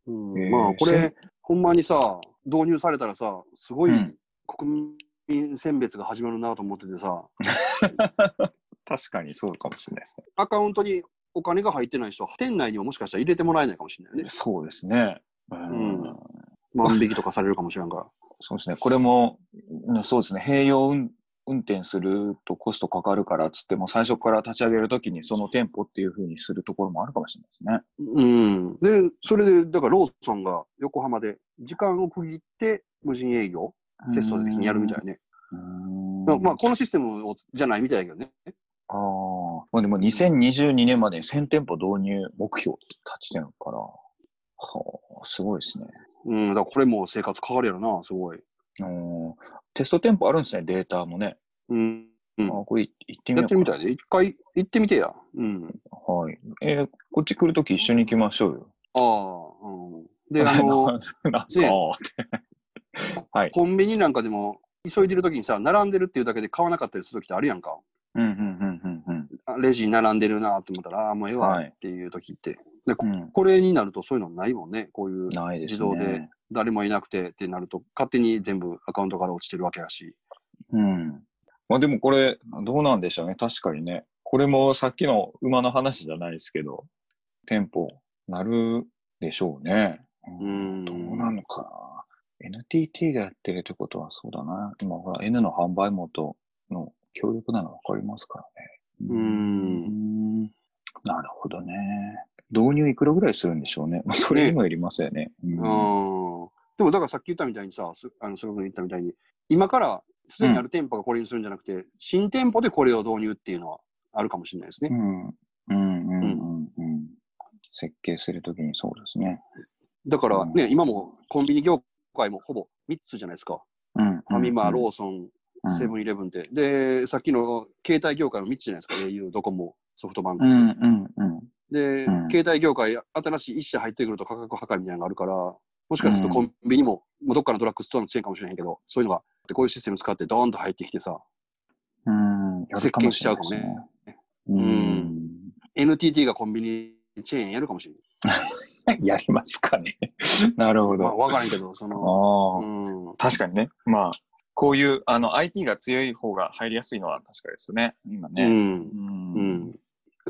Speaker 2: うん
Speaker 1: へえ
Speaker 2: まあ、こ
Speaker 1: せ
Speaker 2: れ
Speaker 1: ん、
Speaker 2: ほんまにさ、導入されたらさ、すごい
Speaker 1: うん
Speaker 2: 国民選別が始まるなと思っててさ、
Speaker 1: 確かにそうかもしれないですね。
Speaker 2: アカウントにお金が入ってない人は、店内にももしかしたら入れてもらえないかもしれないよね。
Speaker 1: そうですね。う
Speaker 2: うん万引きとかされるかもしれんから。
Speaker 1: そうですね。これも、うんそうですね。併用運運転するとコストかかるからっつっても、最初から立ち上げるときにその店舗っていうふうにするところもあるかもしれないですね。
Speaker 2: うん。で、それで、だからローソンが横浜で時間を区切って無人営業、テスト的にやるみたいね。
Speaker 1: うん。
Speaker 2: まあまあ、このシステムをじゃないみたいだけどね。
Speaker 1: ああ、まあでも2022年までに1000店舗導入目標って立ちてるから、はあ、すごいですね。
Speaker 2: うん、だからこれもう生活変わるやろな、すごい。
Speaker 1: うんテスト店舗あるんですね、データもね。
Speaker 2: うん。うん
Speaker 1: あこれ行ってみよう
Speaker 2: やっ
Speaker 1: か
Speaker 2: てみたいで、一回行ってみてや。うん。
Speaker 1: はい。えーこっち来るとき一緒に行きましょうよ。
Speaker 2: ああ、うん。で、 あ
Speaker 1: な
Speaker 2: の、
Speaker 1: んすかって。はい。
Speaker 2: コンビニなんかでも、急いでるときにさ、並んでるっていうだけで買わなかったりするときってあるやんか。
Speaker 1: うん、うん、うん、うん、
Speaker 2: あレジに並んでるなと思ったら、ああ、もうええわ
Speaker 1: はい
Speaker 2: っていうときって、
Speaker 1: うん。うん
Speaker 2: これになるとそういうのないもんね。こういう、
Speaker 1: ないですね。
Speaker 2: 自動で。誰もいなくてってなると、勝手に全部アカウントから落ちてるわけやし。
Speaker 1: うん。まあでもこれ、どうなんでしょうね。確かにね。これもさっきの馬の話じゃないですけど、店舗なるでしょうね。
Speaker 2: うん。
Speaker 1: どうなのか NTT がやってるってことはそうだな。今ほら N の販売元の協力なの分かりますからね。
Speaker 2: うーん
Speaker 1: うーんなるほどね。導入いくらぐらいするんでしょうね。まあ、それにもいりますよね。うん
Speaker 2: うんでもだからさっき言ったみたいにさ、すあの、そういうふうに言ったみたいに、今からすでにある店舗がこれにするんじゃなくて、新店舗でこれを導入っていうのはあるかもしれないですね。
Speaker 1: うん。うんうんうんうん。設計するときにそうですね。
Speaker 2: だからね、今もコンビニ業界もほぼ3つじゃないですか。
Speaker 1: うん。
Speaker 2: ファミマ、ロ
Speaker 1: ー
Speaker 2: ーソン、セブンイレブンって。で、さっきの携帯業界も3つじゃないですか。au、ドコモ、ソフトバンク。
Speaker 1: うんうんうん。
Speaker 2: で、
Speaker 1: うん
Speaker 2: 携帯業界、新しい1社入ってくると価格破壊みたいなのがあるから、もしかするとコンビニも、もうどっかのドラッグストアのチェーンかもしれへんけど、そういうのが、でこういうシステム使ってドーンと入ってきてさ、
Speaker 1: うん。やるかもしれないですね。う
Speaker 2: もね
Speaker 1: ん。
Speaker 2: NTT がコンビニチェーンやるかもしれん。
Speaker 1: やりますかね。なるほ
Speaker 2: まあ、
Speaker 1: ど。
Speaker 2: わからんけど、その、
Speaker 1: ああ
Speaker 2: う。ん。
Speaker 1: 確かにね。まあ、こういう、あの、IT が強い方が入りやすいのは確かですね。今
Speaker 2: う
Speaker 1: ね。
Speaker 2: ん。
Speaker 1: ん
Speaker 2: う
Speaker 1: うん。
Speaker 2: ん。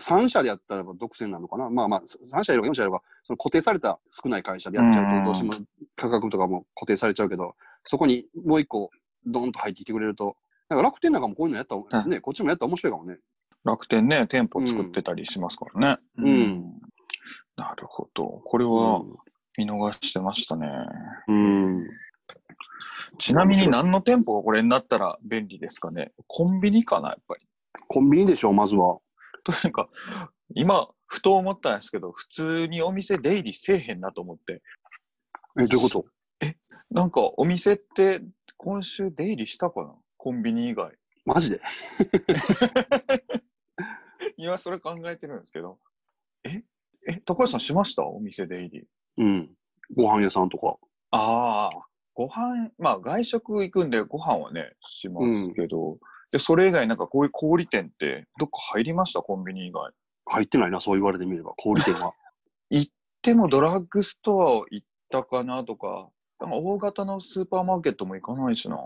Speaker 2: 3社でやったらば独占なのかなまあまあ、3社やれば4社やれば、その固定された少ない会社でやっちゃう
Speaker 1: うん
Speaker 2: と、どうしても価格とかも固定されちゃうけど、そこにもう一個、ドンと入ってきてくれると、なんか楽天なんかもこういうのやったら、
Speaker 1: うん
Speaker 2: ね、こっちもやったら面白いかもね。
Speaker 1: 楽天ね、店舗作ってたりしますからね。
Speaker 2: うん
Speaker 1: なるほど。これは見逃してましたね。
Speaker 2: うん。
Speaker 1: ちなみに何の店舗がこれになったら便利ですかね。コンビニかな、やっぱり。
Speaker 2: コンビニでしょ、まずは。
Speaker 1: というか、今、ふと思ったんですけど、普通にお店出入りせえへんなと思って。
Speaker 2: え、どういうこと
Speaker 1: なんか、お店って今週出入りしたかなコンビニ以外。
Speaker 2: マジで
Speaker 1: 今それ考えてるんですけど。ええ、高橋さんしましたお店出入り。
Speaker 2: うん。ご飯屋さんとか。
Speaker 1: ああ、ご飯、まあ外食行くんでご飯はね、しますけど、で、それ以外なんかこういう小売店ってどっか入りましたコンビニ以外。
Speaker 2: 入ってないな、そう言われてみれば、小売店 は。
Speaker 1: でもドラッグストアを行ったかなとか、なんか大型のスーパーマーケットも行かないしな。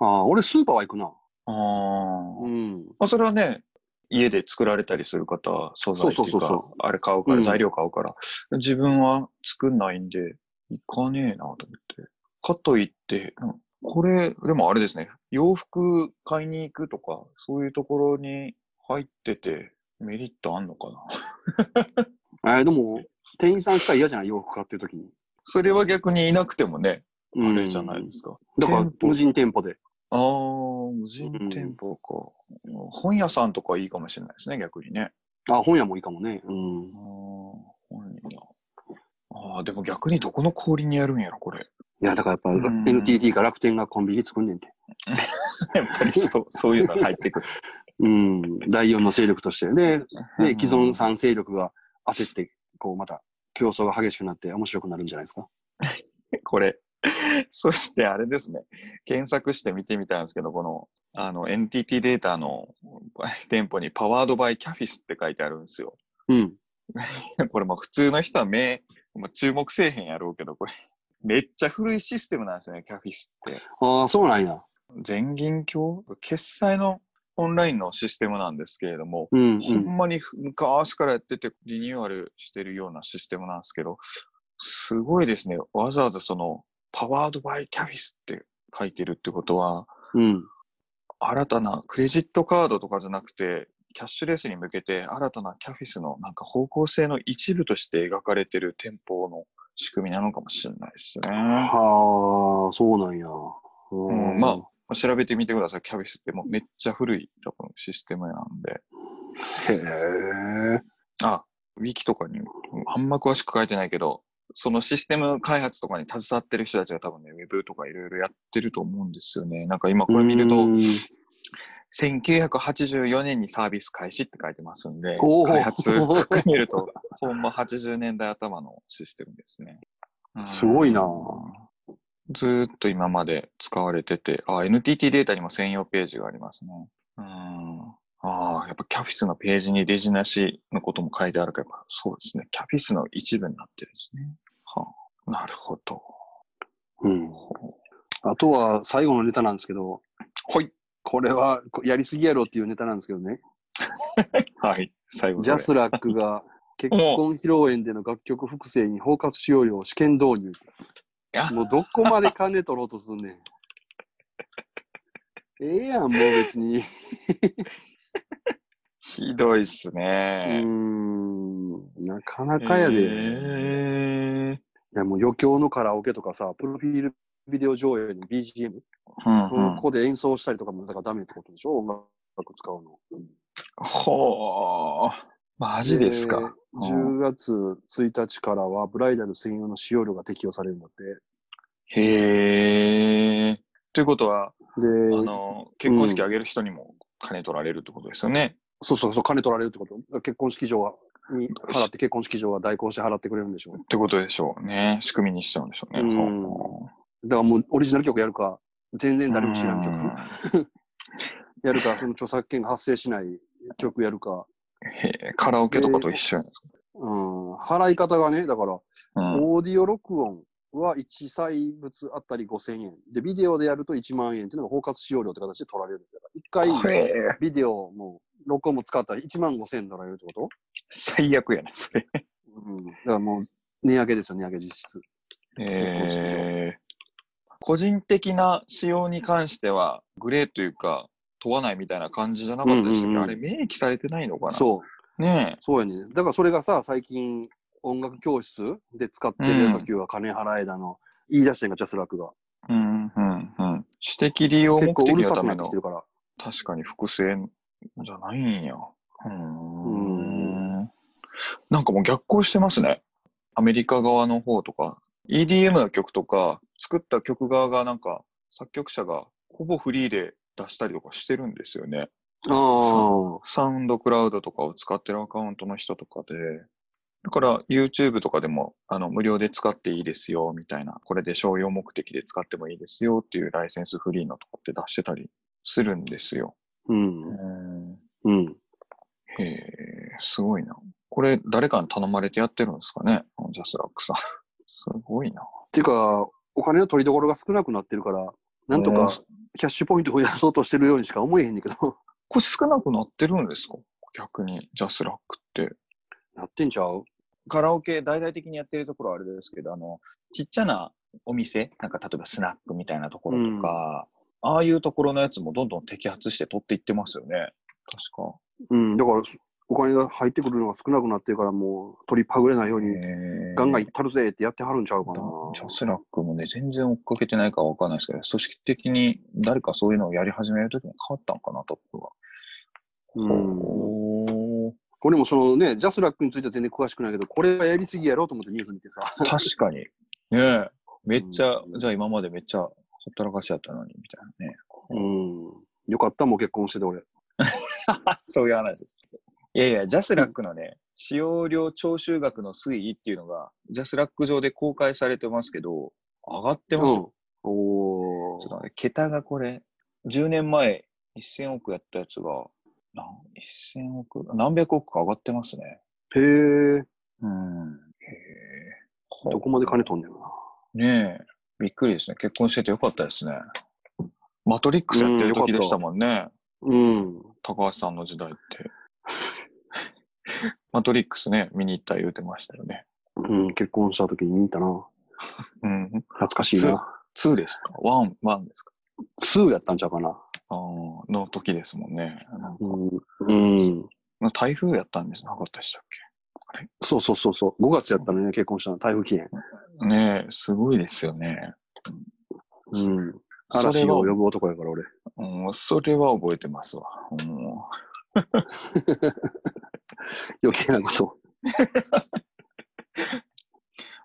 Speaker 2: ああ、俺スーパーは行くな。
Speaker 1: ああ、
Speaker 2: うん。
Speaker 1: まあそれはね、家で作られたりする方は素材っていうか、
Speaker 2: そうそうそうそ
Speaker 1: あれ買うから、
Speaker 2: うん
Speaker 1: 材料買うから、自分は作んないんで、行かねえなと思って。かといって、うんこれ、でもあれですね、洋服買いに行くとか、そういうところに入ってて、メリットあんのかな
Speaker 2: えーでも、店員さん来たら嫌じゃない洋服買ってる時に。
Speaker 1: それは逆にいなくてもね、あ
Speaker 2: うん
Speaker 1: れじゃないですか。
Speaker 2: だから
Speaker 1: 店、舗
Speaker 2: 無人店舗で。
Speaker 1: ああ、無人店舗か、本屋さんとかいいかもしれないですね、逆にね。
Speaker 2: あ、本屋もいいかもね。うん
Speaker 1: あ。あ、本屋。ああ、でも逆にどこの氷にやるんやろ、これ。
Speaker 2: いや、だからやっぱ、
Speaker 1: うん
Speaker 2: NTT か楽天がコンビニ作んねんて。
Speaker 1: やっぱりそう、そういうのが入ってくる。
Speaker 2: うん。第四の勢力として。で、 ね、既存3勢力が焦って、こう、また、競争が激しくなって面白くなるんじゃないですか。
Speaker 1: これ。そしてあれですね。検索して見てみたんですけど、この、あの、NTT データの店舗にパワードバイキャフィスって書いてあるんですよ。
Speaker 2: うん。
Speaker 1: これまあ普通の人は目、まあ、注目せえへんやろうけど、これ。めっちゃ古いシステムなんですよね、キャフィスって。
Speaker 2: ああ、そうなんや。
Speaker 1: 全銀協決済のオンラインのシステムなんですけれども、
Speaker 2: うん、うん。
Speaker 1: ほんまに昔からやってて、リニューアルしてるようなシステムなんですけど、すごいですね。わざわざその、パワードバイキャフィスって書いてるってことは、
Speaker 2: うん。
Speaker 1: 新たなクレジットカードとかじゃなくて、キャッシュレスに向けて新たなキャフィスのなんか方向性の一部として描かれてる店舗の仕組みなのかもしれないですね。
Speaker 2: はあ、そうなんや。う
Speaker 1: うんま調べてみてください。キャフィスってもうめっちゃ古い多分システムなんで。
Speaker 2: あ。へえ。
Speaker 1: あ、ウィキとかにうんあんま詳しく書いてないけど、そのシステム開発とかに携わってる人たちが多分ね、ウェブとかいろいろやってると思うんですよね。なんか今これ見る
Speaker 2: う
Speaker 1: と、
Speaker 2: ん
Speaker 1: 1984年にサービス開始って書いてますんで
Speaker 2: お、ー
Speaker 1: 開発 含めると、ほんま80年代頭のシステムですね。うん
Speaker 2: すごいな
Speaker 1: ずーっと今まで使われてて、あ、NTT データにも専用ページがありますね。うん。ああ、やっぱキャフィスのページにレジなしのことも書いてあるから、やっぱそうですね。キャフィスの一部になってるんですね。はあ、なるほど。
Speaker 2: うん。あとは、最後のネタなんですけど、
Speaker 1: ほい。
Speaker 2: これは、こやりすぎやろっていうネタなんですけどね。
Speaker 1: はい。最後
Speaker 2: ジャスラックが結婚披露宴での楽曲複製に包括しようよ試験導入。
Speaker 1: や
Speaker 2: もうどこまで金取ろうとすんねん。ええやん、もう別に。
Speaker 1: ひどいっす
Speaker 2: う
Speaker 1: ね。
Speaker 2: ーん、なかなかやで。
Speaker 1: え
Speaker 2: いや、もう余興のカラオケとかさ、プロフィールビデオ上映の
Speaker 1: ー
Speaker 2: BGM、
Speaker 1: うんうん
Speaker 2: その子で演奏したりとかも、だからダメってことでしょ音楽使うの。
Speaker 1: ほー。マジですか。
Speaker 2: えー10月1日からは、ブライダル専用の使用料が適用されるんだって。
Speaker 1: へー。ということは、
Speaker 2: で、
Speaker 1: あの、結婚式挙げる人にも金取られるってことですよね。
Speaker 2: そうそうそう、金取られるってこと結婚式場はに払って、結婚式場は代行して払ってくれるんでしょ
Speaker 1: ってことでしょうね。仕組みにしちゃうんでしょうね。
Speaker 2: うん
Speaker 1: ほ
Speaker 2: だからもうオリジナル曲やるか、全然
Speaker 1: ー
Speaker 2: 誰も知らん
Speaker 1: う
Speaker 2: 曲やるか、その著作権が発生しない曲やるか、
Speaker 1: へーカラオケとかと一緒やん
Speaker 2: うん、払い方がね、だから、
Speaker 1: うん。
Speaker 2: オーディオ録音は1歳物あたり5000円。で、ビデオでやると1万円っていうのが包括使用料って形で取られるんだから。一回、
Speaker 1: へー
Speaker 2: ビデオも、録音も使ったら1万5000円取られるってこと
Speaker 1: 最悪やな、そ れ。
Speaker 2: うん。だからもう、値上げですよ、値上げ実質。婚式場
Speaker 1: えー個人的な仕様に関しては、グレーというか、問わないみたいな感じじゃなかったでしたっけ、
Speaker 2: うんうんうん
Speaker 1: あれ、明記されてないのかな
Speaker 2: そ
Speaker 1: う。
Speaker 2: う。
Speaker 1: ね
Speaker 2: そうやね。だからそれがさ、最近、音楽教室で使ってるやつは、は金払えだの、言い出してんが、ジャスラックが。
Speaker 1: え。うん、うん、うん。私的利用
Speaker 2: 結
Speaker 1: 目
Speaker 2: 構うる
Speaker 1: 的の
Speaker 2: さ
Speaker 1: た
Speaker 2: く
Speaker 1: め
Speaker 2: なってき
Speaker 1: の
Speaker 2: て、るから。
Speaker 1: 確かに複製じゃないんや。うーん。なんかもう逆行してますね。アメリカ側の方とか、EDM の曲とか、作った曲側がなんか、作曲者がほぼフリーで出したりとかしてるんですよね。
Speaker 2: ああ。
Speaker 1: サウンドクラウドとかを使ってるアカウントの人とかで、だから YouTube とかでもあの無料で使っていいですよみたいな、これで商用目的で使ってもいいですよっていうライセンスフリーのとこって出してたりするんですよ。
Speaker 2: うん。うん。
Speaker 1: へえ、すごいな。これ誰かに頼まれてやってるんですかねジャスラックさん。 すごいな。
Speaker 2: ていうか、お金の取りどころが少なくなってるから、なんと
Speaker 1: うん
Speaker 2: かキャッシュポイントを増やそうとしてるようにしか思えへんねんけど、
Speaker 1: これ少なくなってるんですか逆に、ジャスラックって。
Speaker 2: なってんちゃう
Speaker 1: カラオケ大々的にやってるところはあれですけど、あの、ちっちゃなお店、なんか例えばスナックみたいなところとか、ああいうところのやつもどんどん摘発して取っていってますよね。確か。
Speaker 2: うん。だから、お金が入ってくるのが少なくなってるから、もう取りっぱぐれないように、ガンガンい
Speaker 1: い
Speaker 2: ったるぜってやってはるんちゃうかな。
Speaker 1: ジャスラックもね、全然追っかけてないからわかんないですけど、組織的に誰かそういうのをやり始めるときに変わったんかなと僕は。
Speaker 2: うん。
Speaker 1: おー
Speaker 2: 俺もそのね、ジャスラックについては全然詳しくないけど、これはやりすぎやろうと思ってニュース見てさ。
Speaker 1: 確かに。ねえ。めっちゃ、
Speaker 2: うん
Speaker 1: じゃあ今までめっちゃほったらかしやったのに、みたいなね。
Speaker 2: うん。よかった、もう結婚してて俺。
Speaker 1: そういう話です。いやいや、ジャスラックのね、使用料徴収額の推移っていうのが、ジャスラック上で公開されてますけど、上がってますよ。
Speaker 2: うん、おー
Speaker 1: ちょっとね、桁がこれ、10年前、1000億やったやつが、なん1000億、何百億か上がってますね。
Speaker 2: へえ。
Speaker 1: うん。へえ。
Speaker 2: どこまで金取んねんな。
Speaker 1: ねえ、びっくりですね。結婚しててよかったですね。マトリックスやってる時でしたもんね。
Speaker 2: うん。
Speaker 1: 高橋さんの時代 って。マトリックスね、見に行った言うてましたよね。
Speaker 2: うん、結婚した時に見たな。
Speaker 1: うん。
Speaker 2: 懐かしいな。
Speaker 1: 2ですか ?1、1ですか
Speaker 2: 2やったんちゃうかな。
Speaker 1: あーの時ですもんね。なんか
Speaker 2: うん。うん。
Speaker 1: 台風やったんですなかったでしたっ
Speaker 2: そうそうそうそう。5月やったのね、結婚したの。台風記念。
Speaker 1: けねえ、すごいですよね。
Speaker 2: うん。
Speaker 1: それ
Speaker 2: 嵐を
Speaker 1: は
Speaker 2: 呼、ぶ男やから俺。
Speaker 1: うん、それは覚えてますわ。うん
Speaker 2: 余計なこと。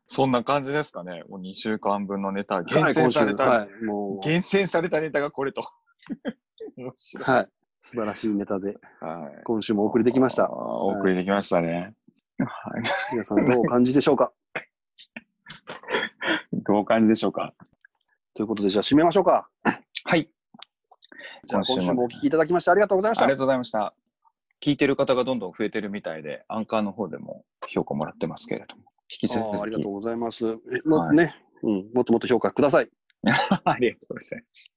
Speaker 1: そんな感じですかね。もう2週間分のネタ、厳
Speaker 2: はい、
Speaker 1: 選
Speaker 2: 今
Speaker 1: さ
Speaker 2: 週。
Speaker 1: れた、
Speaker 2: はい。もう。
Speaker 1: 厳選されたネタがこれと。 面白い。
Speaker 2: はい。素晴らしいネタで、
Speaker 1: はい
Speaker 2: 今週もお送りできまし
Speaker 1: あ
Speaker 2: た
Speaker 1: ー。お送りできましたね。はい。
Speaker 2: 皆さんどうお感じでしょうか
Speaker 1: どう感じでしょうか
Speaker 2: ということで、じゃあ締めましょうか。
Speaker 1: はい。
Speaker 2: じゃあ
Speaker 1: 今週も
Speaker 2: 今週もお聞きいただきましてありがとうございまし
Speaker 1: あ
Speaker 2: た
Speaker 1: りが。とうございました。聞いてる方がどんどん増えてるみたいで、アンカーの方でも評価もらってますけれども、引き続
Speaker 2: あーあり
Speaker 1: き
Speaker 2: がとうございます。も
Speaker 1: はい
Speaker 2: ね、うん、もっともっと評価ください。
Speaker 1: ありがとうございます。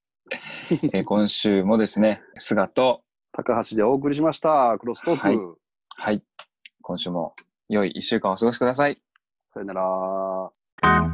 Speaker 1: えー今週もですね、菅と、
Speaker 2: 高橋でお送りしました。クロストーク。
Speaker 1: はいはい、今週も良い一週間をお過ごしください。
Speaker 2: さよなら。
Speaker 3: 「